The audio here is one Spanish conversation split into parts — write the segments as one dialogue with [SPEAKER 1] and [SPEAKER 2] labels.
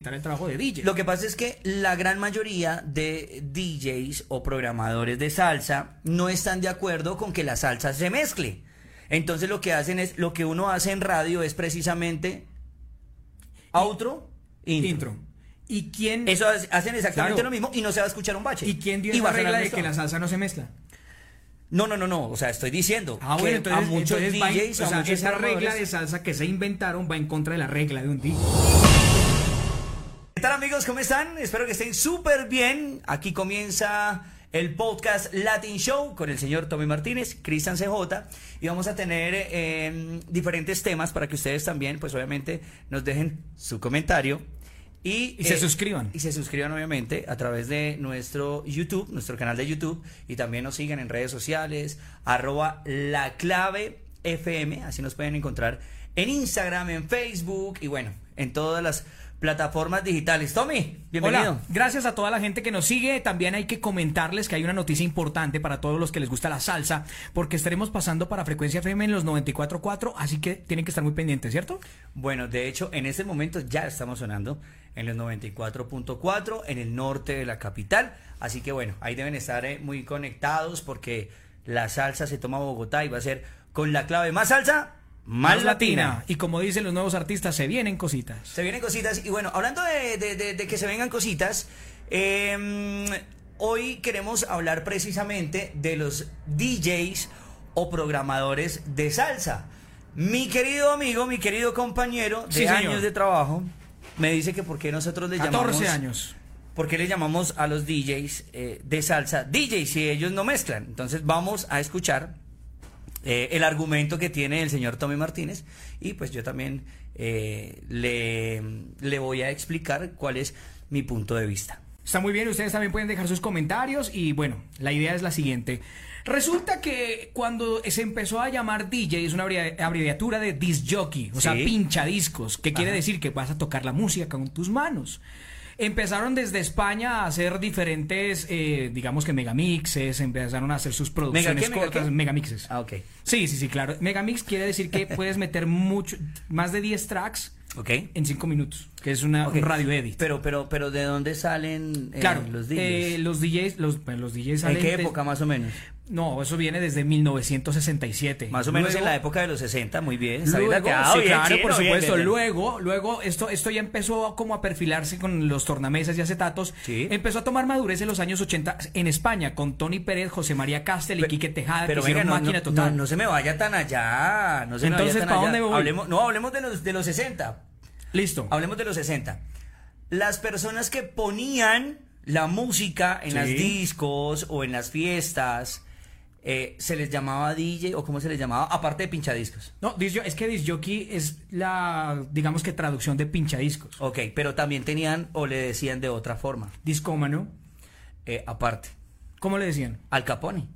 [SPEAKER 1] facilitar el trabajo de DJ.
[SPEAKER 2] Lo que pasa es que la gran mayoría de DJs o programadores de salsa no están de acuerdo con que la salsa se mezcle. Entonces lo que hacen es, lo que uno hace en radio es precisamente outro, intro.
[SPEAKER 1] Intro. ¿Y quién,
[SPEAKER 2] Eso hace- hacen exactamente
[SPEAKER 1] Claro.
[SPEAKER 2] lo mismo y no se va a escuchar un bache.
[SPEAKER 1] ¿y quién dio
[SPEAKER 2] va
[SPEAKER 1] esa
[SPEAKER 2] a sonar
[SPEAKER 1] regla de
[SPEAKER 2] nuestro.
[SPEAKER 1] que la salsa no se mezcla?
[SPEAKER 2] No, no, no, no. O sea, estoy diciendo
[SPEAKER 1] Ah,
[SPEAKER 2] que
[SPEAKER 1] bueno,
[SPEAKER 2] a
[SPEAKER 1] entonces,
[SPEAKER 2] muchos
[SPEAKER 1] entonces va en-
[SPEAKER 2] DJs, a
[SPEAKER 1] o sea,
[SPEAKER 2] muchos
[SPEAKER 1] esa regla de
[SPEAKER 2] programadores-
[SPEAKER 1] salsa que se inventaron va en contra de la regla de un DJ.
[SPEAKER 2] ¿Qué tal amigos? ¿Cómo están? Espero que estén súper bien. Aquí comienza el podcast Latin Show con el señor Tommy Martínez, Cristian CJ y vamos a tener eh, diferentes temas para que ustedes también, pues obviamente, nos dejen su comentario. Y, eh,
[SPEAKER 1] Y se suscriban.
[SPEAKER 2] Y se suscriban obviamente a través de nuestro YouTube, nuestro canal de YouTube y también nos sigan en redes sociales, arroba la clave FM, así nos pueden encontrar en Instagram, en Facebook y bueno, en todas las plataformas digitales. Tommy, bienvenido.
[SPEAKER 1] Hola, gracias a toda la gente que nos sigue. También hay que comentarles que hay una noticia importante para todos los que les gusta la salsa, porque estaremos pasando para Frecuencia FM en los 94.4, así que tienen que estar muy pendientes, ¿cierto?
[SPEAKER 2] Bueno, de hecho, en este momento ya estamos sonando en los 94.4 en el norte de la capital. Así que bueno, ahí deben estar eh, muy conectados porque la salsa se toma a Bogotá y va a ser con la clave más salsa, más, latina.
[SPEAKER 1] Y como dicen los nuevos artistas, se vienen cositas.
[SPEAKER 2] Se vienen cositas. Y bueno, hablando de, de- de- de que se vengan cositas, eh, hoy queremos hablar precisamente de los DJs o programadores de salsa. Mi querido amigo, mi querido compañero de
[SPEAKER 1] Sí, señor.
[SPEAKER 2] años de trabajo, me dice que por qué nosotros le
[SPEAKER 1] 14
[SPEAKER 2] llamamos.
[SPEAKER 1] años.
[SPEAKER 2] ¿Por qué le llamamos a los DJs eh, de salsa DJs si ellos no mezclan? Entonces vamos a escuchar eh, el argumento que tiene el señor Tommy Martínez y pues yo también eh, le, le voy a explicar cuál es mi punto de vista.
[SPEAKER 1] Está muy bien, ustedes también pueden dejar sus comentarios y bueno, la idea es la siguiente. Resulta que cuando se empezó a llamar DJ es una abrevi- abreviatura de disc jockey, o sea,
[SPEAKER 2] Sí.
[SPEAKER 1] pincha discos, que quiere
[SPEAKER 2] Ajá.
[SPEAKER 1] decir que vas a tocar la música con tus manos. Empezaron desde España a hacer diferentes, eh, digamos que megamixes, empezaron a hacer sus producciones
[SPEAKER 2] qué? ¿Mega
[SPEAKER 1] cortas,
[SPEAKER 2] qué?
[SPEAKER 1] megamixes.
[SPEAKER 2] Ah, ok.
[SPEAKER 1] Sí, sí, sí, claro. Megamix quiere decir que puedes meter mucho, más de 10 tracks
[SPEAKER 2] Ok.
[SPEAKER 1] en 5 minutos, que es una,
[SPEAKER 2] Ok.
[SPEAKER 1] un Ah, radio edit.
[SPEAKER 2] Pero, pero, pero ¿de dónde salen eh,
[SPEAKER 1] Claro,
[SPEAKER 2] los DJs?
[SPEAKER 1] eh, los DJs, los, pues, los DJs
[SPEAKER 2] ¿En
[SPEAKER 1] salen
[SPEAKER 2] qué
[SPEAKER 1] de-
[SPEAKER 2] época más o menos?
[SPEAKER 1] No, eso viene desde 1967.
[SPEAKER 2] Más o menos en
[SPEAKER 1] Luego-
[SPEAKER 2] la época de los 60, muy bien. está bien
[SPEAKER 1] Luego,
[SPEAKER 2] dateado,
[SPEAKER 1] sí,
[SPEAKER 2] bien,
[SPEAKER 1] claro,
[SPEAKER 2] chino,
[SPEAKER 1] por
[SPEAKER 2] bien,
[SPEAKER 1] supuesto.
[SPEAKER 2] bien, bien.
[SPEAKER 1] Luego, luego esto, esto ya empezó como a perfilarse con los tornamesas y acetatos.
[SPEAKER 2] Sí.
[SPEAKER 1] Empezó a tomar madurez en los años 80 en España con Tony Pérez, José María Castel y
[SPEAKER 2] Pe-
[SPEAKER 1] Quique Tejada,
[SPEAKER 2] pero
[SPEAKER 1] que hicieron
[SPEAKER 2] venga, no,
[SPEAKER 1] máquina
[SPEAKER 2] no,
[SPEAKER 1] total.
[SPEAKER 2] No, no se me vaya tan allá. No se me vaya
[SPEAKER 1] Entonces,
[SPEAKER 2] tan
[SPEAKER 1] ¿pa'
[SPEAKER 2] allá.
[SPEAKER 1] dónde me voy?
[SPEAKER 2] Hablemos, no, hablemos de los, de los 60.
[SPEAKER 1] Listo.
[SPEAKER 2] Hablemos de los 60. Las personas que ponían la música en
[SPEAKER 1] Sí.
[SPEAKER 2] las discos o en las fiestas, eh, ¿se les llamaba DJ o cómo se les llamaba? Aparte de pinchadiscos.
[SPEAKER 1] No, disc jo- es que disjockey es la, digamos que traducción de pinchadiscos.
[SPEAKER 2] Ok, pero también tenían o le decían de otra forma,
[SPEAKER 1] Discómano.
[SPEAKER 2] eh, aparte.
[SPEAKER 1] ¿Cómo le decían?
[SPEAKER 2] Al Capone.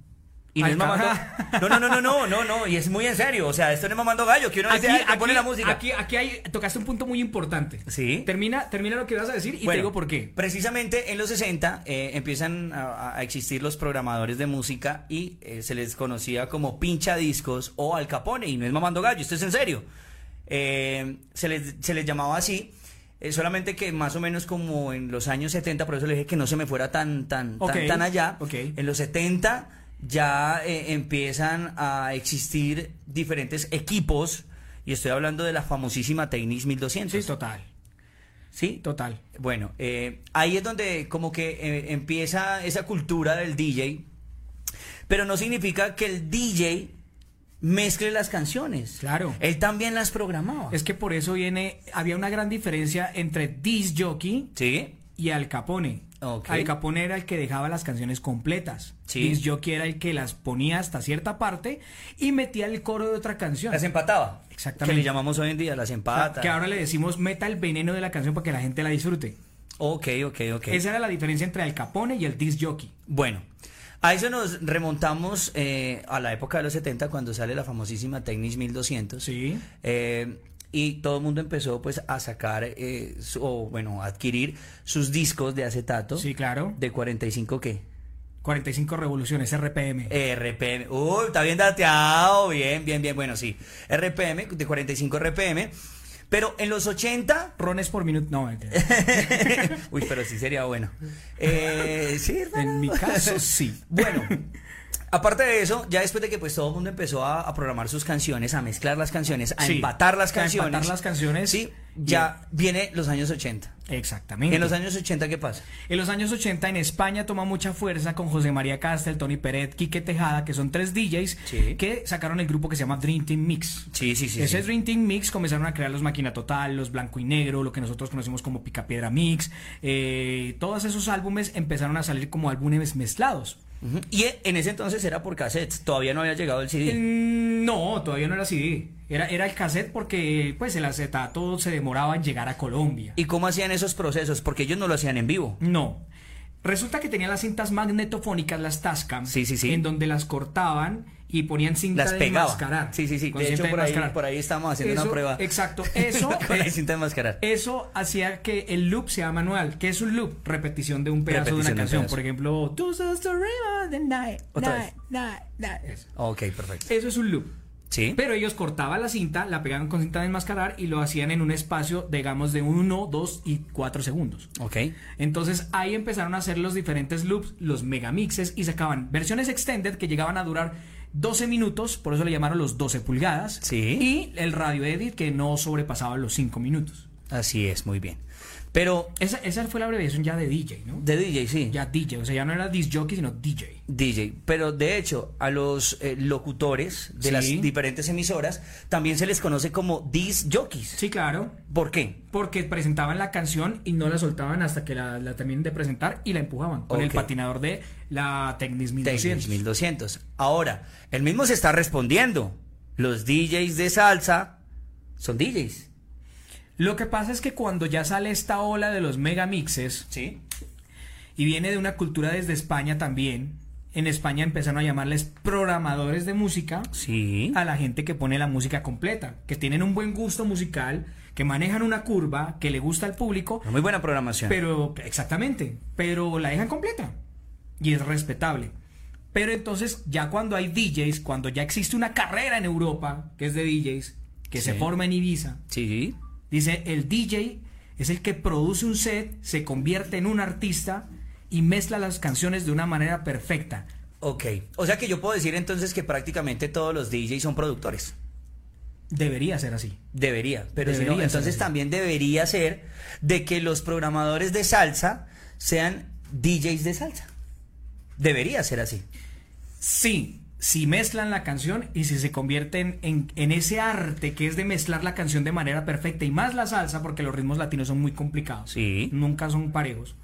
[SPEAKER 2] Y no
[SPEAKER 1] Al
[SPEAKER 2] es mamando-
[SPEAKER 1] Capone.
[SPEAKER 2] No, no, no, no, no, no, no, y es muy en serio. O sea, esto no es mamando gallo, que uno le dice, pone la música.
[SPEAKER 1] Aquí, aquí hay, tocaste un punto muy importante.
[SPEAKER 2] Sí.
[SPEAKER 1] Termina, termina lo que vas a decir y
[SPEAKER 2] Bueno,
[SPEAKER 1] te digo por qué.
[SPEAKER 2] Precisamente en los 60 eh, empiezan a, a existir los programadores de música y eh, se les conocía como pincha discos o al capone, y no es mamando gallo, esto es en serio. Eh, se, les, se les llamaba así, eh, solamente que más o menos como en los años 70, por eso le dije que no se me fuera tan, tan, tan-
[SPEAKER 1] Ok,
[SPEAKER 2] tan, allá.
[SPEAKER 1] ok.
[SPEAKER 2] En los 70 ya eh, empiezan a existir diferentes equipos, y estoy hablando de la famosísima Technics 1200.
[SPEAKER 1] Sí, total,
[SPEAKER 2] ¿Sí?
[SPEAKER 1] total.
[SPEAKER 2] Bueno, eh, ahí es donde como que eh, empieza esa cultura del DJ, pero no significa que el DJ mezcle las canciones.
[SPEAKER 1] Claro.
[SPEAKER 2] Él también las programaba.
[SPEAKER 1] Es que por eso viene, había una gran diferencia entre disc jockey
[SPEAKER 2] Sí.
[SPEAKER 1] y Al Capone.
[SPEAKER 2] Ok.
[SPEAKER 1] Al Capone era el que dejaba las canciones completas.
[SPEAKER 2] Sí.
[SPEAKER 1] Disc jockey era el que las ponía hasta cierta parte y metía el coro de otra canción.
[SPEAKER 2] Las empataba.
[SPEAKER 1] Exactamente.
[SPEAKER 2] Que le llamamos hoy en día las empata.
[SPEAKER 1] que ahora le decimos meta el veneno de la canción para que la gente la disfrute.
[SPEAKER 2] Ok, ok, ok.
[SPEAKER 1] Esa era la diferencia entre Al Capone y el disc jockey.
[SPEAKER 2] Bueno, a eso nos remontamos eh, a la época de los 70 cuando sale la famosísima Technics 1200.
[SPEAKER 1] Sí.
[SPEAKER 2] Eh, y todo el mundo empezó pues a sacar eh, su- o bueno, a adquirir sus discos de acetato.
[SPEAKER 1] Sí, claro.
[SPEAKER 2] De 45 qué?
[SPEAKER 1] 45 revoluciones, RPM.
[SPEAKER 2] Eh. RPM. Uy, está bien dateado, bien, bien, bien. Bueno, sí. RPM, de 45 RPM. Pero en los 80
[SPEAKER 1] Rones por minuto. No, mentira.
[SPEAKER 2] Uy, pero sí sería bueno. Eh, sí, hermano.
[SPEAKER 1] en mi caso sí.
[SPEAKER 2] Bueno, aparte de eso, ya después de que pues todo el mundo empezó a, a programar sus canciones, a mezclar las canciones, a
[SPEAKER 1] Sí,
[SPEAKER 2] empatar las
[SPEAKER 1] a
[SPEAKER 2] canciones.
[SPEAKER 1] empatar las canciones.
[SPEAKER 2] Sí, ya viene los años 80.
[SPEAKER 1] Exactamente.
[SPEAKER 2] En los años 80, ¿qué pasa?
[SPEAKER 1] En los años 80 en España toma mucha fuerza con José María Castel, Tony Peret, Quique Tejada, que son tres DJs
[SPEAKER 2] Sí.
[SPEAKER 1] que sacaron el grupo que se llama Dream Team Mix.
[SPEAKER 2] Sí, sí, sí.
[SPEAKER 1] Ese
[SPEAKER 2] sí.
[SPEAKER 1] Dream Team Mix comenzaron a crear los Máquina Total, los Blanco y Negro, lo que nosotros conocemos como Picapiedra Mix. eh, todos esos álbumes empezaron a salir como álbumes mezclados.
[SPEAKER 2] Ujú. Y e- en ese entonces era por cassettes, todavía no había llegado el CD.
[SPEAKER 1] Mm, No, todavía no era CD. Era, era el cassette porque pues el acetato se demoraba en llegar a Colombia.
[SPEAKER 2] ¿Y cómo hacían esos procesos? Porque ellos no lo hacían en vivo.
[SPEAKER 1] No. Resulta que tenían las cintas magnetofónicas, las Tascam,
[SPEAKER 2] Sí, sí, sí.
[SPEAKER 1] en donde las cortaban y ponían cinta
[SPEAKER 2] Las
[SPEAKER 1] de
[SPEAKER 2] pegaba.
[SPEAKER 1] enmascarar.
[SPEAKER 2] Sí, sí, sí.
[SPEAKER 1] Con
[SPEAKER 2] De hecho,
[SPEAKER 1] cinta
[SPEAKER 2] por ahí,
[SPEAKER 1] enmascarar.
[SPEAKER 2] por ahí estamos haciendo
[SPEAKER 1] Eso-
[SPEAKER 2] una prueba.
[SPEAKER 1] Exacto. Eso,
[SPEAKER 2] con la cinta de enmascarar.
[SPEAKER 1] eso hacía que el loop sea manual. ¿Qué es un loop? Repetición de un pedazo de
[SPEAKER 2] Repetición
[SPEAKER 1] una
[SPEAKER 2] de un
[SPEAKER 1] canción.
[SPEAKER 2] pedazo.
[SPEAKER 1] Por ejemplo, "This is the rhythm of the night,
[SPEAKER 2] Otra
[SPEAKER 1] night, night, night". Eso.
[SPEAKER 2] Ok, perfecto.
[SPEAKER 1] Eso es un loop.
[SPEAKER 2] Sí.
[SPEAKER 1] Pero ellos cortaban la cinta, la pegaban con cinta de enmascarar y lo hacían en un espacio, digamos, de 1, 2 y 4 segundos.
[SPEAKER 2] Ok.
[SPEAKER 1] Entonces ahí empezaron a hacer los diferentes loops, los megamixes y sacaban versiones extended que llegaban a durar 12 minutos, por eso le llamaron los 12 pulgadas.
[SPEAKER 2] Sí.
[SPEAKER 1] Y el radio edit que no sobrepasaba los 5 minutos.
[SPEAKER 2] Así es, muy bien. Pero
[SPEAKER 1] Esa, esa fue la abreviación ya de DJ, ¿no?
[SPEAKER 2] de DJ, sí.
[SPEAKER 1] Ya DJ, o sea, ya no era disc jockey, sino DJ.
[SPEAKER 2] DJ, pero de hecho a los eh, locutores de
[SPEAKER 1] Sí.
[SPEAKER 2] las diferentes emisoras también se les conoce como disc jockeys.
[SPEAKER 1] Sí, claro.
[SPEAKER 2] ¿Por qué?
[SPEAKER 1] Porque presentaban la canción y no la soltaban hasta que la, la terminen de presentar y la empujaban con el
[SPEAKER 2] Ok.
[SPEAKER 1] patinador de la Technics 1200.
[SPEAKER 2] Technics 1200. Ahora, el mismo se está respondiendo. Los DJs de salsa son DJs.
[SPEAKER 1] Lo que pasa es que cuando ya sale esta ola de los megamixes
[SPEAKER 2] Sí.
[SPEAKER 1] y viene de una cultura desde España también, en España empezaron a llamarles programadores de música
[SPEAKER 2] Sí.
[SPEAKER 1] a la gente que pone la música completa, que tienen un buen gusto musical, que manejan una curva, que le gusta al público,
[SPEAKER 2] Muy buena programación.
[SPEAKER 1] Pero, exactamente, pero la dejan completa. Y es respetable. Pero entonces, ya cuando hay DJs, cuando ya existe una carrera en Europa, que es de DJs, que se
[SPEAKER 2] Sí.
[SPEAKER 1] forma en Ibiza,
[SPEAKER 2] sí.
[SPEAKER 1] dice, el DJ es el que produce un set, se convierte en un artista y mezcla las canciones de una manera perfecta.
[SPEAKER 2] Ok. O sea que yo puedo decir entonces que prácticamente todos los DJs son productores.
[SPEAKER 1] Debería ser así.
[SPEAKER 2] Debería, pero si no,
[SPEAKER 1] Debería ser
[SPEAKER 2] entonces
[SPEAKER 1] así.
[SPEAKER 2] también debería ser de que los programadores de salsa sean DJs de salsa. Debería ser así.
[SPEAKER 1] Sí, si mezclan la canción y si se convierten en, en ese arte que es de mezclar la canción de manera perfecta y más la salsa, porque los ritmos latinos son muy complicados.
[SPEAKER 2] Sí.
[SPEAKER 1] Nunca son parejos.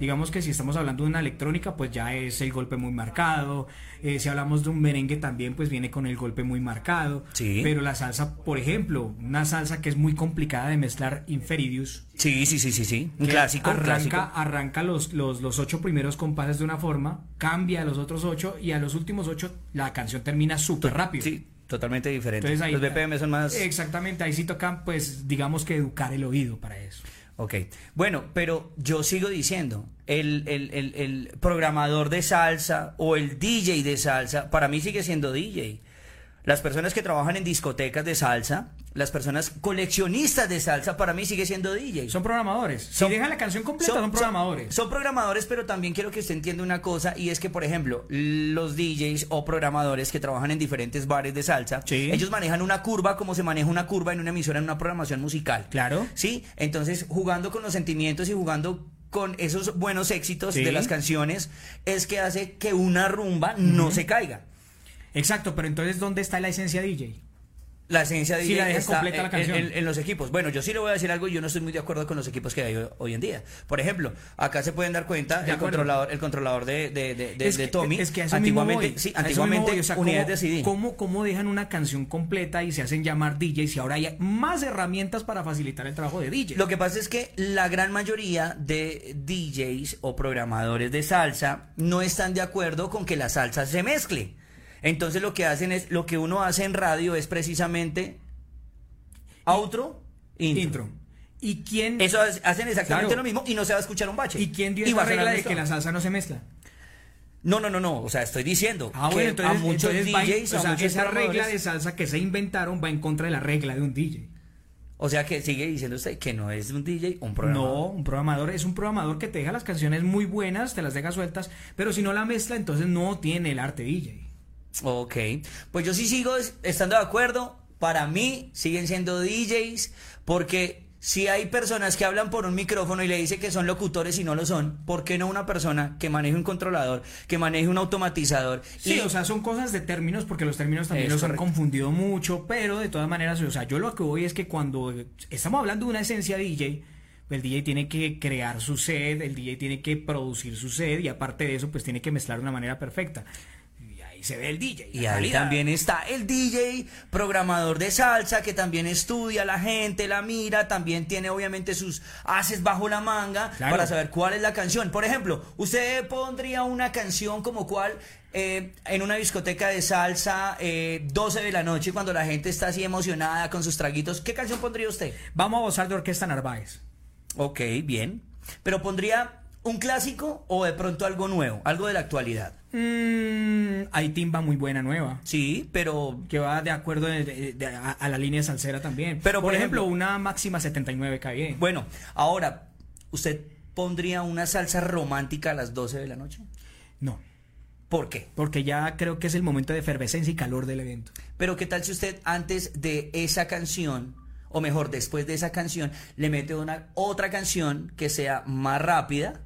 [SPEAKER 1] Digamos que si estamos hablando de una electrónica, pues ya es el golpe muy marcado. Eh, si hablamos de un merengue también, pues viene con el golpe muy marcado.
[SPEAKER 2] Sí.
[SPEAKER 1] Pero la salsa, por ejemplo, una salsa que es muy complicada de mezclar, Inferidius,
[SPEAKER 2] Sí, sí, sí, sí, sí. Un
[SPEAKER 1] que
[SPEAKER 2] clásico, un
[SPEAKER 1] Arranca,
[SPEAKER 2] clásico.
[SPEAKER 1] arranca los, los, los ocho primeros compases de una forma, cambia a los otros ocho y a los últimos ocho la canción termina súper rápido.
[SPEAKER 2] Sí, totalmente diferente.
[SPEAKER 1] Entonces ahí-
[SPEAKER 2] los BPM son más.
[SPEAKER 1] Exactamente, ahí sí tocan, pues, digamos que educar el oído para eso.
[SPEAKER 2] Ok. Bueno, pero yo sigo diciendo, el, el- el- el programador de salsa o el DJ de salsa, para mí sigue siendo DJ. Las personas que trabajan en discotecas de salsa, las personas coleccionistas de salsa, para mí sigue siendo DJ.
[SPEAKER 1] Son programadores.
[SPEAKER 2] Son-
[SPEAKER 1] si dejan la canción completa, son, programadores.
[SPEAKER 2] Son, programadores, pero también quiero que usted entienda una cosa y es que, por ejemplo, los DJs o programadores que trabajan en diferentes bares de salsa,
[SPEAKER 1] Sí.
[SPEAKER 2] ellos manejan una curva como se maneja una curva en una emisora, en una programación musical.
[SPEAKER 1] Claro.
[SPEAKER 2] Sí, entonces jugando con los sentimientos y jugando con esos buenos éxitos
[SPEAKER 1] Sí.
[SPEAKER 2] de las canciones es que hace que una rumba no se caiga.
[SPEAKER 1] Exacto, pero entonces, ¿dónde está la esencia DJ?
[SPEAKER 2] La esencia de
[SPEAKER 1] Sí,
[SPEAKER 2] DJ
[SPEAKER 1] la deja
[SPEAKER 2] está
[SPEAKER 1] completa la
[SPEAKER 2] en-
[SPEAKER 1] canción.
[SPEAKER 2] En, en los equipos. Bueno, yo sí le voy a decir algo, yo no estoy muy de acuerdo con los equipos que hay ho- hoy en día. Por ejemplo, acá se pueden dar cuenta
[SPEAKER 1] De
[SPEAKER 2] el
[SPEAKER 1] acuerdo.
[SPEAKER 2] controlador, el controlador de, de, de, de-
[SPEAKER 1] es
[SPEAKER 2] de
[SPEAKER 1] que-
[SPEAKER 2] Tommy.
[SPEAKER 1] es que a eso mismo
[SPEAKER 2] antiguamente,
[SPEAKER 1] voy.
[SPEAKER 2] sí,
[SPEAKER 1] A eso mismo
[SPEAKER 2] antiguamente
[SPEAKER 1] voy, o sea,
[SPEAKER 2] unidades
[SPEAKER 1] ¿cómo-
[SPEAKER 2] de CD.
[SPEAKER 1] ¿cómo, ¿Cómo dejan una canción completa y se hacen llamar DJs y ahora hay más herramientas para facilitar el trabajo de DJ?
[SPEAKER 2] Lo que pasa es que la gran mayoría de DJs o programadores de salsa no están de acuerdo con que la salsa se mezcle. Entonces lo que hacen es, lo que uno hace en radio es precisamente outro, intro.
[SPEAKER 1] Intro. ¿Y quién
[SPEAKER 2] Eso es- hacen exactamente
[SPEAKER 1] Claro.
[SPEAKER 2] lo mismo y no se va a escuchar un bache.
[SPEAKER 1] ¿Y quién dio
[SPEAKER 2] Y
[SPEAKER 1] esa
[SPEAKER 2] va a ser
[SPEAKER 1] regla de
[SPEAKER 2] honesto.
[SPEAKER 1] que la salsa no se mezcla?
[SPEAKER 2] No, no, no, no. O sea, estoy diciendo
[SPEAKER 1] Ah,
[SPEAKER 2] que
[SPEAKER 1] bueno, entonces,
[SPEAKER 2] a muchos
[SPEAKER 1] entonces va en-
[SPEAKER 2] DJs,
[SPEAKER 1] o
[SPEAKER 2] a
[SPEAKER 1] sea,
[SPEAKER 2] muchos
[SPEAKER 1] esa regla
[SPEAKER 2] programadores-
[SPEAKER 1] de salsa que se inventaron va en contra de la regla de un DJ.
[SPEAKER 2] O sea que sigue diciendo usted que no es un DJ, un programador.
[SPEAKER 1] No, un programador es un programador que te deja las canciones muy buenas, te las deja sueltas, pero si no la mezcla, entonces no tiene el arte DJ.
[SPEAKER 2] Ok, pues yo sí sigo es- estando de acuerdo. Para mí siguen siendo DJs porque si hay personas que hablan por un micrófono y le dice que son locutores y no lo son, ¿por qué no una persona que maneje un controlador, que maneje un automatizador?
[SPEAKER 1] Sí,
[SPEAKER 2] y,
[SPEAKER 1] o sea, son cosas de términos porque los términos también
[SPEAKER 2] Es
[SPEAKER 1] los han
[SPEAKER 2] correcto.
[SPEAKER 1] confundido mucho, pero de todas maneras, o sea, yo lo que voy es que cuando estamos hablando de una esencia DJ, pues el DJ tiene que crear su sed, el DJ tiene que producir su sed y aparte de eso, pues tiene que mezclar de una manera perfecta. Y ahí se ve el DJ.
[SPEAKER 2] y
[SPEAKER 1] la
[SPEAKER 2] ahí
[SPEAKER 1] calidad.
[SPEAKER 2] también está el DJ, programador de salsa, que también estudia a la gente, la mira, también tiene obviamente sus haces bajo la manga
[SPEAKER 1] Claro.
[SPEAKER 2] para saber cuál es la canción. Por ejemplo, usted pondría una canción como cual eh, en una discoteca de salsa, eh, 12 de la noche, cuando la gente está así emocionada con sus traguitos. ¿Qué canción pondría usted?
[SPEAKER 1] Vamos a gozar de Orquesta Narváez.
[SPEAKER 2] Ok, bien. Pero pondría un clásico o de pronto algo nuevo, algo de la actualidad.
[SPEAKER 1] Mm, hay timba muy buena nueva.
[SPEAKER 2] Sí, pero
[SPEAKER 1] Que va de acuerdo de- de- de- a, a la línea salsera también.
[SPEAKER 2] Pero,
[SPEAKER 1] por,
[SPEAKER 2] por
[SPEAKER 1] ejemplo,
[SPEAKER 2] ejemplo,
[SPEAKER 1] una máxima 79 cae bien.
[SPEAKER 2] Bueno, ahora, ¿usted pondría una salsa romántica a las 12 de la noche?
[SPEAKER 1] No,
[SPEAKER 2] ¿Por qué?
[SPEAKER 1] porque ya creo que es el momento de efervescencia y calor del evento.
[SPEAKER 2] Pero ¿qué tal si usted antes de esa canción, o mejor, después de esa canción, le mete una otra canción que sea más rápida?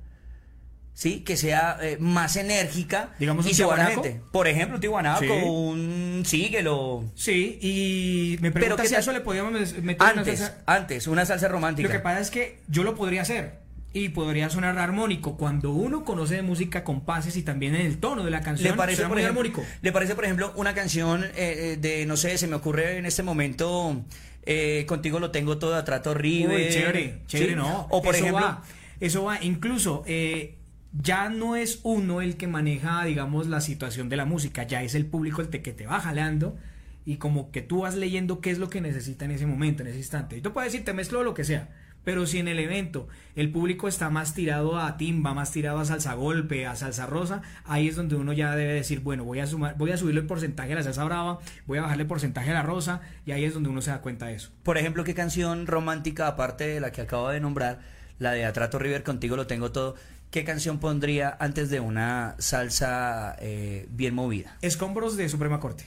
[SPEAKER 2] ¿Sí? Que sea eh, más enérgica.
[SPEAKER 1] Digamos un
[SPEAKER 2] y se va la
[SPEAKER 1] tiahuanaco.
[SPEAKER 2] gente. Por ejemplo, un tihuanaco,
[SPEAKER 1] Sí.
[SPEAKER 2] un síguelo.
[SPEAKER 1] Sí, y me
[SPEAKER 2] Pero
[SPEAKER 1] pregunta
[SPEAKER 2] ¿qué
[SPEAKER 1] si a
[SPEAKER 2] tal-
[SPEAKER 1] eso le podíamos mes- meter una
[SPEAKER 2] Antes,
[SPEAKER 1] salsa-
[SPEAKER 2] antes, una salsa romántica.
[SPEAKER 1] Lo que pasa es que yo lo podría hacer y podría sonar armónico. Cuando uno conoce de música compases y también en el tono de la canción,
[SPEAKER 2] ¿Le parece,
[SPEAKER 1] suena
[SPEAKER 2] por
[SPEAKER 1] muy
[SPEAKER 2] ejemplo,
[SPEAKER 1] armónico.
[SPEAKER 2] ¿Le parece, por ejemplo, una canción eh, eh, de, no sé, se me ocurre en este momento, eh, Contigo lo tengo todo, a trato horrible.
[SPEAKER 1] Uy, chévere, chévere,
[SPEAKER 2] ¿sí?
[SPEAKER 1] ¿no?
[SPEAKER 2] O por
[SPEAKER 1] Eso
[SPEAKER 2] ejemplo,
[SPEAKER 1] va, eso va, incluso eh, ya no es uno el que maneja, digamos, la situación de la música, ya es el público el te- que te va jalando y como que tú vas leyendo qué es lo que necesita en ese momento, en ese instante. Y tú puedes decir, te mezclo lo que sea. Pero si en el evento el público está más tirado a timba, más tirado a salsa golpe, a salsa rosa, ahí es donde uno ya debe decir, bueno, voy a sumar, voy a subirle el porcentaje a la salsa brava, voy a bajarle el porcentaje a la rosa, y ahí es donde uno se da cuenta de eso.
[SPEAKER 2] por ejemplo, ¿qué canción romántica, aparte de la que acabo de nombrar, la de Atrato River, Contigo lo tengo todo, qué canción pondría antes de una salsa eh, bien movida?
[SPEAKER 1] Escombros de Suprema Corte.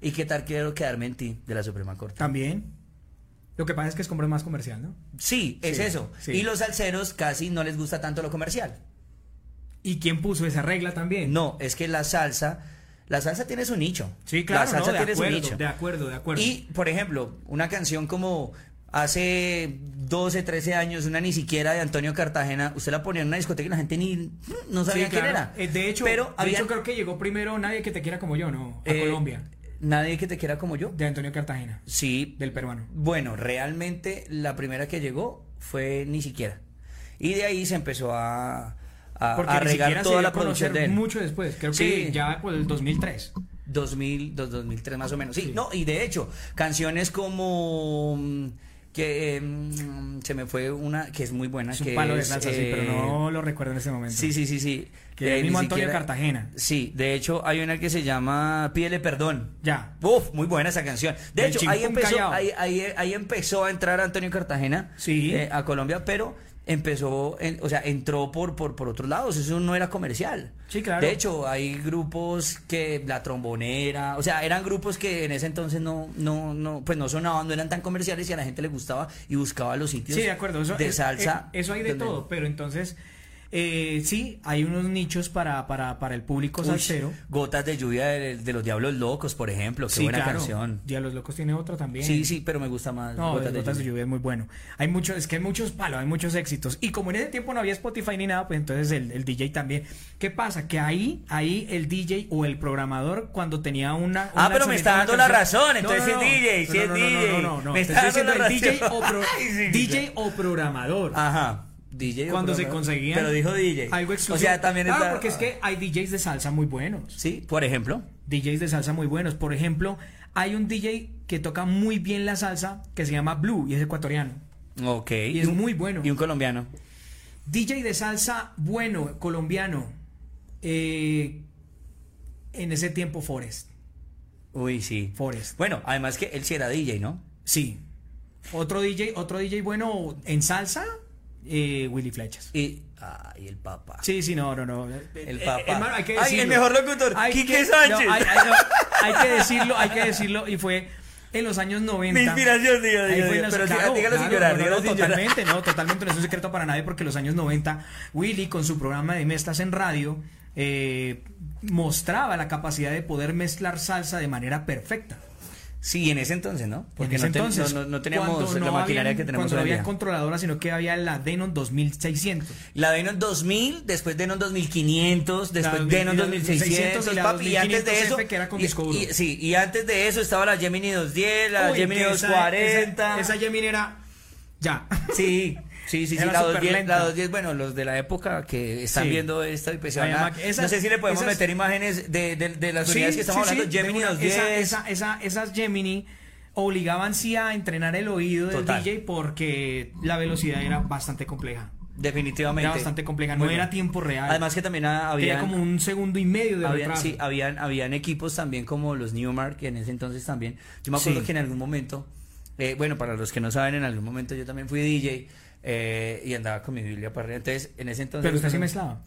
[SPEAKER 2] ¿Y qué tal quiero quedarme en ti de la Suprema Corte?
[SPEAKER 1] También. Lo que pasa es que es compra más comercial, ¿no?
[SPEAKER 2] Sí, es
[SPEAKER 1] Sí,
[SPEAKER 2] eso.
[SPEAKER 1] sí.
[SPEAKER 2] Y los salseros casi no les gusta tanto lo comercial.
[SPEAKER 1] ¿Y quién puso esa regla también?
[SPEAKER 2] No, es que la salsa, la salsa tiene su nicho.
[SPEAKER 1] Sí, claro,
[SPEAKER 2] La salsa
[SPEAKER 1] no, de,
[SPEAKER 2] tiene su
[SPEAKER 1] acuerdo,
[SPEAKER 2] nicho.
[SPEAKER 1] de acuerdo, de acuerdo.
[SPEAKER 2] Y, por ejemplo, una canción como hace 12, 13 años, una ni siquiera de Antonio Cartagena, usted la ponía en una discoteca y la gente ni mm, no
[SPEAKER 1] Sí,
[SPEAKER 2] sabía quién
[SPEAKER 1] claro.
[SPEAKER 2] era.
[SPEAKER 1] Eh, de hecho,
[SPEAKER 2] pero
[SPEAKER 1] de
[SPEAKER 2] había
[SPEAKER 1] hecho, creo que llegó primero Nadie que te quiera como yo, ¿no? A
[SPEAKER 2] eh,
[SPEAKER 1] Colombia,
[SPEAKER 2] Nadie que te quiera como yo.
[SPEAKER 1] de Antonio Cartagena,
[SPEAKER 2] Sí,
[SPEAKER 1] del peruano.
[SPEAKER 2] bueno, realmente la primera que llegó fue ni siquiera. Y de ahí se empezó a, a,
[SPEAKER 1] Porque
[SPEAKER 2] a
[SPEAKER 1] ni siquiera
[SPEAKER 2] regar
[SPEAKER 1] se
[SPEAKER 2] toda
[SPEAKER 1] dio a
[SPEAKER 2] la producción
[SPEAKER 1] conocer
[SPEAKER 2] de él.
[SPEAKER 1] mucho después, creo que
[SPEAKER 2] Sí.
[SPEAKER 1] ya por el 2003.
[SPEAKER 2] 2000, dos- 2003 más o menos. Sí,
[SPEAKER 1] Sí.
[SPEAKER 2] no, y de hecho, canciones como mm, que eh, mm, se me fue una que es muy buena
[SPEAKER 1] Es un
[SPEAKER 2] que
[SPEAKER 1] palo de
[SPEAKER 2] es,
[SPEAKER 1] salsa, sí,
[SPEAKER 2] eh,
[SPEAKER 1] pero no lo recuerdo en este momento.
[SPEAKER 2] Sí, sí, sí, sí. Eh,
[SPEAKER 1] Que el
[SPEAKER 2] ni
[SPEAKER 1] mismo Antonio Cartagena.
[SPEAKER 2] Sí, de hecho hay una que se llama Pídele perdón.
[SPEAKER 1] Ya.
[SPEAKER 2] Uf, muy buena esa canción. De
[SPEAKER 1] Del
[SPEAKER 2] hecho, ahí
[SPEAKER 1] Chimpún
[SPEAKER 2] empezó,
[SPEAKER 1] Callao.
[SPEAKER 2] ahí, ahí- ahí empezó a entrar Antonio Cartagena
[SPEAKER 1] Sí.
[SPEAKER 2] eh, a Colombia, pero empezó, en- o sea, entró por, por, por otros lados. Eso no era comercial.
[SPEAKER 1] Sí, claro.
[SPEAKER 2] De hecho, hay grupos que la trombonera, o sea, eran grupos que en ese entonces no, no, no, pues no sonaban, no eran tan comerciales y a la gente le gustaba y buscaba los sitios
[SPEAKER 1] Sí, de acuerdo. Eso,
[SPEAKER 2] de
[SPEAKER 1] es-
[SPEAKER 2] salsa.
[SPEAKER 1] eh, eso hay de
[SPEAKER 2] donde-
[SPEAKER 1] todo, pero entonces, eh, sí, hay unos nichos para, para, para el público
[SPEAKER 2] Uy,
[SPEAKER 1] salsero.
[SPEAKER 2] Gotas de lluvia de, de los Diablos Locos, por ejemplo. Qué buena canción.
[SPEAKER 1] Ya los locos tiene otra también.
[SPEAKER 2] Sí, sí, pero me gusta más.
[SPEAKER 1] No, Gotas, de lluvia es muy bueno. Hay muchos, es que hay muchos palos, hay muchos éxitos. Y como en ese tiempo no había Spotify ni nada, pues entonces el, el DJ también. ¿Qué pasa? Que ahí, ahí el DJ o el programador cuando tenía una. un
[SPEAKER 2] Ah, pero
[SPEAKER 1] lanzamiento
[SPEAKER 2] me está
[SPEAKER 1] de una
[SPEAKER 2] dando la
[SPEAKER 1] canción-
[SPEAKER 2] razón, entonces sí es DJ, sí es
[SPEAKER 1] no, no, No,
[SPEAKER 2] DJ.
[SPEAKER 1] no, no, no,
[SPEAKER 2] Me
[SPEAKER 1] te
[SPEAKER 2] está
[SPEAKER 1] estoy
[SPEAKER 2] dando la
[SPEAKER 1] diciendo el DJ o,
[SPEAKER 2] razón.
[SPEAKER 1] pro-
[SPEAKER 2] Ay, sí, sí,
[SPEAKER 1] DJ o programador.
[SPEAKER 2] Ajá. DJ. o
[SPEAKER 1] cuando se
[SPEAKER 2] programa.
[SPEAKER 1] conseguía
[SPEAKER 2] Pero dijo DJ.
[SPEAKER 1] Algo exclusivo.
[SPEAKER 2] O sea, también
[SPEAKER 1] Claro,
[SPEAKER 2] está-
[SPEAKER 1] porque es que hay DJs de salsa muy buenos.
[SPEAKER 2] Sí, por ejemplo.
[SPEAKER 1] DJs de salsa muy buenos. Por ejemplo, hay un DJ que toca muy bien la salsa que se llama Blue y es ecuatoriano.
[SPEAKER 2] Ok.
[SPEAKER 1] Y es muy bueno.
[SPEAKER 2] Y un colombiano.
[SPEAKER 1] DJ de salsa bueno, colombiano. eh, en ese tiempo, Forest.
[SPEAKER 2] Uy, sí.
[SPEAKER 1] Forest.
[SPEAKER 2] Bueno, además que él sí era DJ, ¿no?
[SPEAKER 1] Sí. Otro DJ, otro DJ bueno en salsa, eh, Willy Flechas.
[SPEAKER 2] Y, ay, el papá.
[SPEAKER 1] Sí, sí, no, no, no.
[SPEAKER 2] El
[SPEAKER 1] Eh,
[SPEAKER 2] papá.
[SPEAKER 1] hermano, hay que
[SPEAKER 2] Ay,
[SPEAKER 1] decirlo.
[SPEAKER 2] el mejor locutor,
[SPEAKER 1] Hay
[SPEAKER 2] Quique
[SPEAKER 1] que-
[SPEAKER 2] Sánchez.
[SPEAKER 1] no, hay, hay- no, hay que decirlo, hay que decirlo. Y fue en los años 90.
[SPEAKER 2] Mi inspiración, diga,
[SPEAKER 1] Ahí fue
[SPEAKER 2] diga,
[SPEAKER 1] en
[SPEAKER 2] diga.
[SPEAKER 1] los-
[SPEAKER 2] Pero diga-
[SPEAKER 1] claro,
[SPEAKER 2] dígalo sin
[SPEAKER 1] claro,
[SPEAKER 2] llorar,
[SPEAKER 1] no, no,
[SPEAKER 2] dígalo
[SPEAKER 1] no,
[SPEAKER 2] sin llorar.
[SPEAKER 1] totalmente, no, totalmente, no es un secreto para nadie porque en los años 90 Willy con su programa de mezclas en radio eh, mostraba la capacidad de poder mezclar salsa de manera perfecta.
[SPEAKER 2] Sí, en ese entonces, ¿no? Porque
[SPEAKER 1] En ese
[SPEAKER 2] no, te-
[SPEAKER 1] entonces,
[SPEAKER 2] no- no- no teníamos
[SPEAKER 1] cuando
[SPEAKER 2] la
[SPEAKER 1] no
[SPEAKER 2] maquinaria
[SPEAKER 1] habían-
[SPEAKER 2] que tenemos
[SPEAKER 1] cuando
[SPEAKER 2] hoy
[SPEAKER 1] no
[SPEAKER 2] en
[SPEAKER 1] había
[SPEAKER 2] día.
[SPEAKER 1] controladora, sino que había la Denon 2600.
[SPEAKER 2] La Denon 2000, después Denon 2500, después
[SPEAKER 1] La
[SPEAKER 2] Denon
[SPEAKER 1] 2600
[SPEAKER 2] 2600,
[SPEAKER 1] y la
[SPEAKER 2] papi, y antes de eso
[SPEAKER 1] 2500F que era con
[SPEAKER 2] y-
[SPEAKER 1] disco duro.
[SPEAKER 2] y- sí, y antes de eso estaba la Gemini 210, la
[SPEAKER 1] Uy,
[SPEAKER 2] Gemini
[SPEAKER 1] que esa-
[SPEAKER 2] 240.
[SPEAKER 1] Esa, esa Gemini era. Ya.
[SPEAKER 2] Sí, sí, sí, sí,
[SPEAKER 1] Era
[SPEAKER 2] la
[SPEAKER 1] súper
[SPEAKER 2] 210,
[SPEAKER 1] lenta.
[SPEAKER 2] la 210, bueno, los de la época que están
[SPEAKER 1] Sí.
[SPEAKER 2] viendo esto y pues se
[SPEAKER 1] Ay,
[SPEAKER 2] van a-
[SPEAKER 1] ama- esas-
[SPEAKER 2] no sé si le podemos
[SPEAKER 1] esas-
[SPEAKER 2] meter imágenes de, de- de las
[SPEAKER 1] Sí,
[SPEAKER 2] unidades que estamos
[SPEAKER 1] sí, sí,
[SPEAKER 2] hablando, Gemini
[SPEAKER 1] de una-
[SPEAKER 2] 210.
[SPEAKER 1] esa- esa- esa- esas Gemini obligaban sí a entrenar el oído del
[SPEAKER 2] Total.
[SPEAKER 1] DJ porque la velocidad era bastante compleja.
[SPEAKER 2] Definitivamente.
[SPEAKER 1] Era bastante compleja, no
[SPEAKER 2] Muy
[SPEAKER 1] era
[SPEAKER 2] bien.
[SPEAKER 1] tiempo real.
[SPEAKER 2] Además que también ha- había
[SPEAKER 1] tenía como un segundo y medio de
[SPEAKER 2] habían,
[SPEAKER 1] retraso.
[SPEAKER 2] sí, habían, habían equipos también como los Newmark que en ese entonces también. Yo me acuerdo
[SPEAKER 1] Sí.
[SPEAKER 2] que en algún momento, eh, bueno, para los que no saben, en algún momento yo también fui DJ eh, y andaba con mi Biblia para arriba. Entonces, en ese entonces.
[SPEAKER 1] Pero usted sí mezclaba.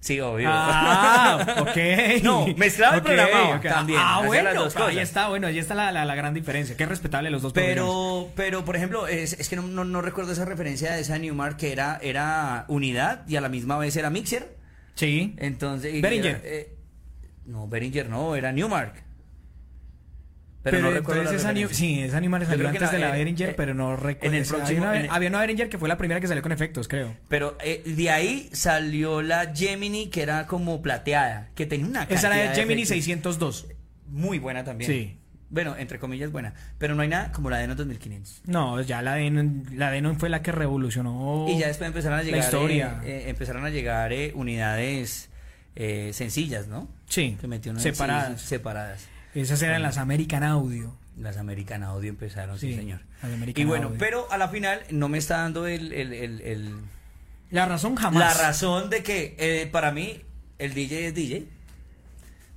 [SPEAKER 2] Sí, obvio.
[SPEAKER 1] Ah, ok.
[SPEAKER 2] No, mezclaba
[SPEAKER 1] Ok,
[SPEAKER 2] el programa
[SPEAKER 1] ok.
[SPEAKER 2] también.
[SPEAKER 1] Ah,
[SPEAKER 2] hacía las
[SPEAKER 1] bueno,
[SPEAKER 2] dos cosas.
[SPEAKER 1] ahí está, bueno, ahí está la, la- la gran diferencia. Qué respetable los dos programas.
[SPEAKER 2] Pero, pero por ejemplo, es, es que no, no- no recuerdo esa referencia de esa Newmark que era, era unidad y a la misma vez era mixer.
[SPEAKER 1] Sí.
[SPEAKER 2] eh, Entonces. y
[SPEAKER 1] Behringer.
[SPEAKER 2] era, eh, no, Beringer no, era Newmark. Pero, no recuerdo.
[SPEAKER 1] entonces
[SPEAKER 2] la
[SPEAKER 1] esa New-
[SPEAKER 2] referencia.
[SPEAKER 1] sí, esa animal
[SPEAKER 2] Yo
[SPEAKER 1] salió
[SPEAKER 2] creo que
[SPEAKER 1] antes de
[SPEAKER 2] no,
[SPEAKER 1] la
[SPEAKER 2] en-
[SPEAKER 1] Behringer,
[SPEAKER 2] eh,
[SPEAKER 1] pero no recuerdo.
[SPEAKER 2] en el
[SPEAKER 1] o sea,
[SPEAKER 2] próximo-
[SPEAKER 1] había,
[SPEAKER 2] en el-
[SPEAKER 1] una, había una Behringer que fue la primera que salió con efectos, creo.
[SPEAKER 2] Pero eh, de ahí salió la Gemini que era como plateada, que tenía una
[SPEAKER 1] Esa era
[SPEAKER 2] cantidad
[SPEAKER 1] de Gemini
[SPEAKER 2] efectos.
[SPEAKER 1] 602.
[SPEAKER 2] Muy buena también.
[SPEAKER 1] Sí.
[SPEAKER 2] Bueno, entre comillas buena, pero no hay nada como la de los 2500.
[SPEAKER 1] No, ya la Denon, la Denon fue la que revolucionó.
[SPEAKER 2] Y ya después empezaron a llegar eh,
[SPEAKER 1] Oh, historia.
[SPEAKER 2] eh, empezaron a llegar eh, unidades eh, sencillas, ¿no?
[SPEAKER 1] Sí,
[SPEAKER 2] Que metieron en-
[SPEAKER 1] separadas.
[SPEAKER 2] sí, separadas.
[SPEAKER 1] Esas eran las American Audio.
[SPEAKER 2] Las American Audio empezaron, sí,
[SPEAKER 1] Sí,
[SPEAKER 2] señor.
[SPEAKER 1] las American
[SPEAKER 2] Y bueno,
[SPEAKER 1] Audio.
[SPEAKER 2] pero a la final no me está dando el- el- el- el,
[SPEAKER 1] La razón jamás.
[SPEAKER 2] La razón de que eh, para mí el DJ es DJ.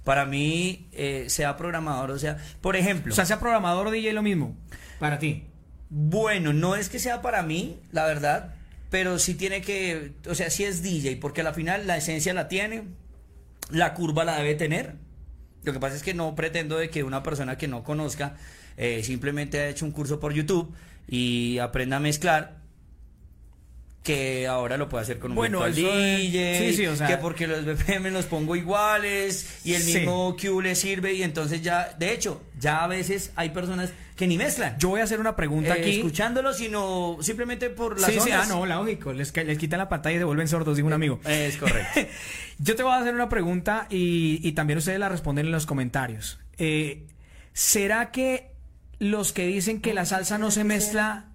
[SPEAKER 2] Para mí eh, sea programador, o sea, por ejemplo,
[SPEAKER 1] O sea, sea programador o DJ lo mismo. Para ti.
[SPEAKER 2] bueno, no es que sea para mí, la verdad, pero sí tiene que, o sea, sí es DJ, porque a la final la esencia la tiene, la curva la debe tener. Lo que pasa es que no pretendo de que una persona que no conozca eh, simplemente ha hecho un curso por YouTube y aprenda a mezclar que ahora lo puede hacer con un
[SPEAKER 1] Bueno,
[SPEAKER 2] virtual
[SPEAKER 1] eso es-
[SPEAKER 2] DJ,
[SPEAKER 1] sí, sí, o sea-
[SPEAKER 2] que porque los BPM los pongo iguales y el
[SPEAKER 1] Sí.
[SPEAKER 2] mismo Q le sirve y entonces ya, de hecho, ya a veces hay personas que ni mezclan.
[SPEAKER 1] Yo voy a hacer una pregunta
[SPEAKER 2] Eh,
[SPEAKER 1] aquí.
[SPEAKER 2] escuchándolo, sino simplemente por las
[SPEAKER 1] sí, sí, ah,
[SPEAKER 2] ondas. Eh,
[SPEAKER 1] no, lógico. Les, ca- les quitan la pantalla y se vuelven sordos, dijo un amigo.
[SPEAKER 2] Es correcto.
[SPEAKER 1] Yo te voy a hacer una pregunta y, y también ustedes la responden en los comentarios. Eh, ¿Será que los que dicen que la salsa no se mezcla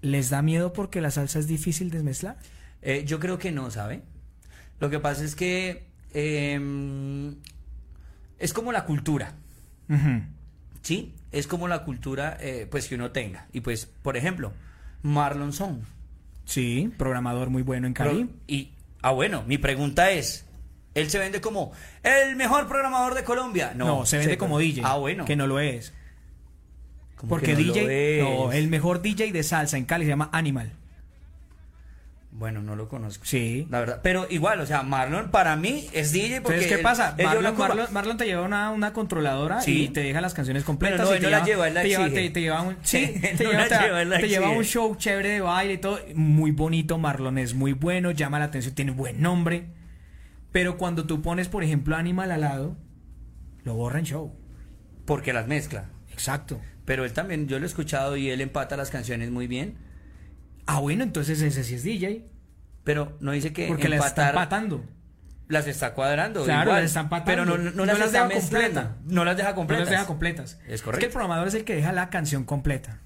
[SPEAKER 1] les da miedo porque la salsa es difícil de mezclar?
[SPEAKER 2] Eh, yo creo que no, ¿sabe? Lo que pasa es que eh, es como la cultura, ¿sí? Es como la cultura eh, pues que uno tenga. Y pues, por ejemplo, Marlon Song.
[SPEAKER 1] Sí, programador muy bueno en Cali.
[SPEAKER 2] Pro- Y, ah, bueno, mi pregunta es, ¿él se vende como el mejor programador de Colombia? No,
[SPEAKER 1] no, se vende como DJ.
[SPEAKER 2] Ah, bueno.
[SPEAKER 1] Que no lo es.
[SPEAKER 2] ¿Cómo
[SPEAKER 1] Porque
[SPEAKER 2] que no lo
[SPEAKER 1] DJ,
[SPEAKER 2] es?
[SPEAKER 1] no, el mejor DJ de salsa en Cali se llama Animal.
[SPEAKER 2] Bueno, no lo conozco.
[SPEAKER 1] Sí.
[SPEAKER 2] La verdad, pero igual, o sea, Marlon para mí es DJ porque...
[SPEAKER 1] Entonces, ¿qué
[SPEAKER 2] él-
[SPEAKER 1] pasa?
[SPEAKER 2] él dio la
[SPEAKER 1] Marlon,
[SPEAKER 2] curva.
[SPEAKER 1] Marlon- Marlon te lleva una, una controladora
[SPEAKER 2] Sí.
[SPEAKER 1] y te deja las canciones completas.
[SPEAKER 2] Bueno, no,
[SPEAKER 1] y
[SPEAKER 2] él
[SPEAKER 1] te
[SPEAKER 2] no la lleva, él la
[SPEAKER 1] te lleva,
[SPEAKER 2] exige.
[SPEAKER 1] te- te lleva un, sí,
[SPEAKER 2] Él
[SPEAKER 1] te,
[SPEAKER 2] no
[SPEAKER 1] lleva,
[SPEAKER 2] la
[SPEAKER 1] te-
[SPEAKER 2] lleva, él la
[SPEAKER 1] te lleva
[SPEAKER 2] exige.
[SPEAKER 1] un show chévere de baile y todo. Muy bonito, Marlon es muy bueno, llama la atención, tiene buen nombre. Pero cuando tú pones, por ejemplo, Animal al lado, lo borran show.
[SPEAKER 2] Porque las mezcla.
[SPEAKER 1] Exacto.
[SPEAKER 2] Pero él también, yo lo he escuchado y él empata las canciones muy bien.
[SPEAKER 1] Ah, bueno, entonces ese sí es DJ.
[SPEAKER 2] Pero no dice que
[SPEAKER 1] Porque las está
[SPEAKER 2] empatar-
[SPEAKER 1] empatando.
[SPEAKER 2] las está cuadrando.
[SPEAKER 1] Claro,
[SPEAKER 2] igual,
[SPEAKER 1] las está empatando.
[SPEAKER 2] Pero no, no,
[SPEAKER 1] No
[SPEAKER 2] las,
[SPEAKER 1] las
[SPEAKER 2] está
[SPEAKER 1] deja
[SPEAKER 2] mezclando,
[SPEAKER 1] completa.
[SPEAKER 2] No las deja
[SPEAKER 1] No
[SPEAKER 2] completas.
[SPEAKER 1] las deja completas.
[SPEAKER 2] Es
[SPEAKER 1] que
[SPEAKER 2] correcto.
[SPEAKER 1] el programador es el que deja la canción completa.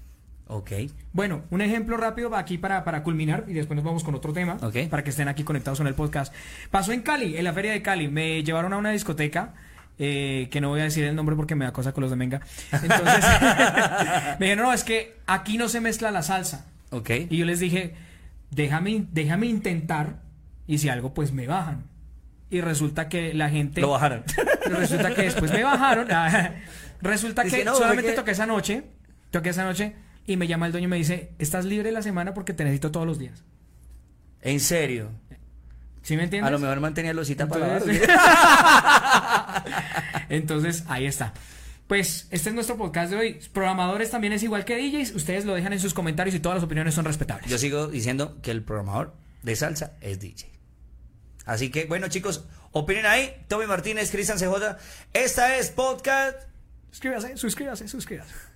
[SPEAKER 2] Ok.
[SPEAKER 1] Bueno, un ejemplo rápido aquí para, para culminar y después nos vamos con otro tema
[SPEAKER 2] Ok.
[SPEAKER 1] para que estén aquí conectados en el podcast. Pasó en Cali, en la feria de Cali, me llevaron a una discoteca. eh, que no voy a decir el nombre porque me da cosa con los de Menga. Entonces, me dijeron, no, es que aquí no se mezcla la salsa.
[SPEAKER 2] Ok.
[SPEAKER 1] Y yo les dije, déjame, déjame intentar y si algo, pues me bajan. Y resulta que la gente...
[SPEAKER 2] Lo bajaron.
[SPEAKER 1] Resulta que después me bajaron. Ah, Resulta
[SPEAKER 2] Dice,
[SPEAKER 1] que
[SPEAKER 2] "No,
[SPEAKER 1] solamente
[SPEAKER 2] porque-
[SPEAKER 1] toqué esa noche. Toqué esa noche. Y me llama el dueño y me dice, ¿estás libre la semana porque te necesito todos los días?
[SPEAKER 2] En serio.
[SPEAKER 1] ¿Sí me entiendes?
[SPEAKER 2] A lo mejor mantenía losita para
[SPEAKER 1] Entonces- Entonces, ahí está. Pues este es nuestro podcast de hoy. Programadores también es igual que DJs. Ustedes lo dejan en sus comentarios y todas las opiniones son respetables.
[SPEAKER 2] Yo sigo diciendo que el programador de salsa es DJ. Así que, bueno, chicos, opinen ahí. Tommy Martínez, Cristian CJ. Esta es Podcast
[SPEAKER 1] Suscríbase, suscríbase, suscríbase.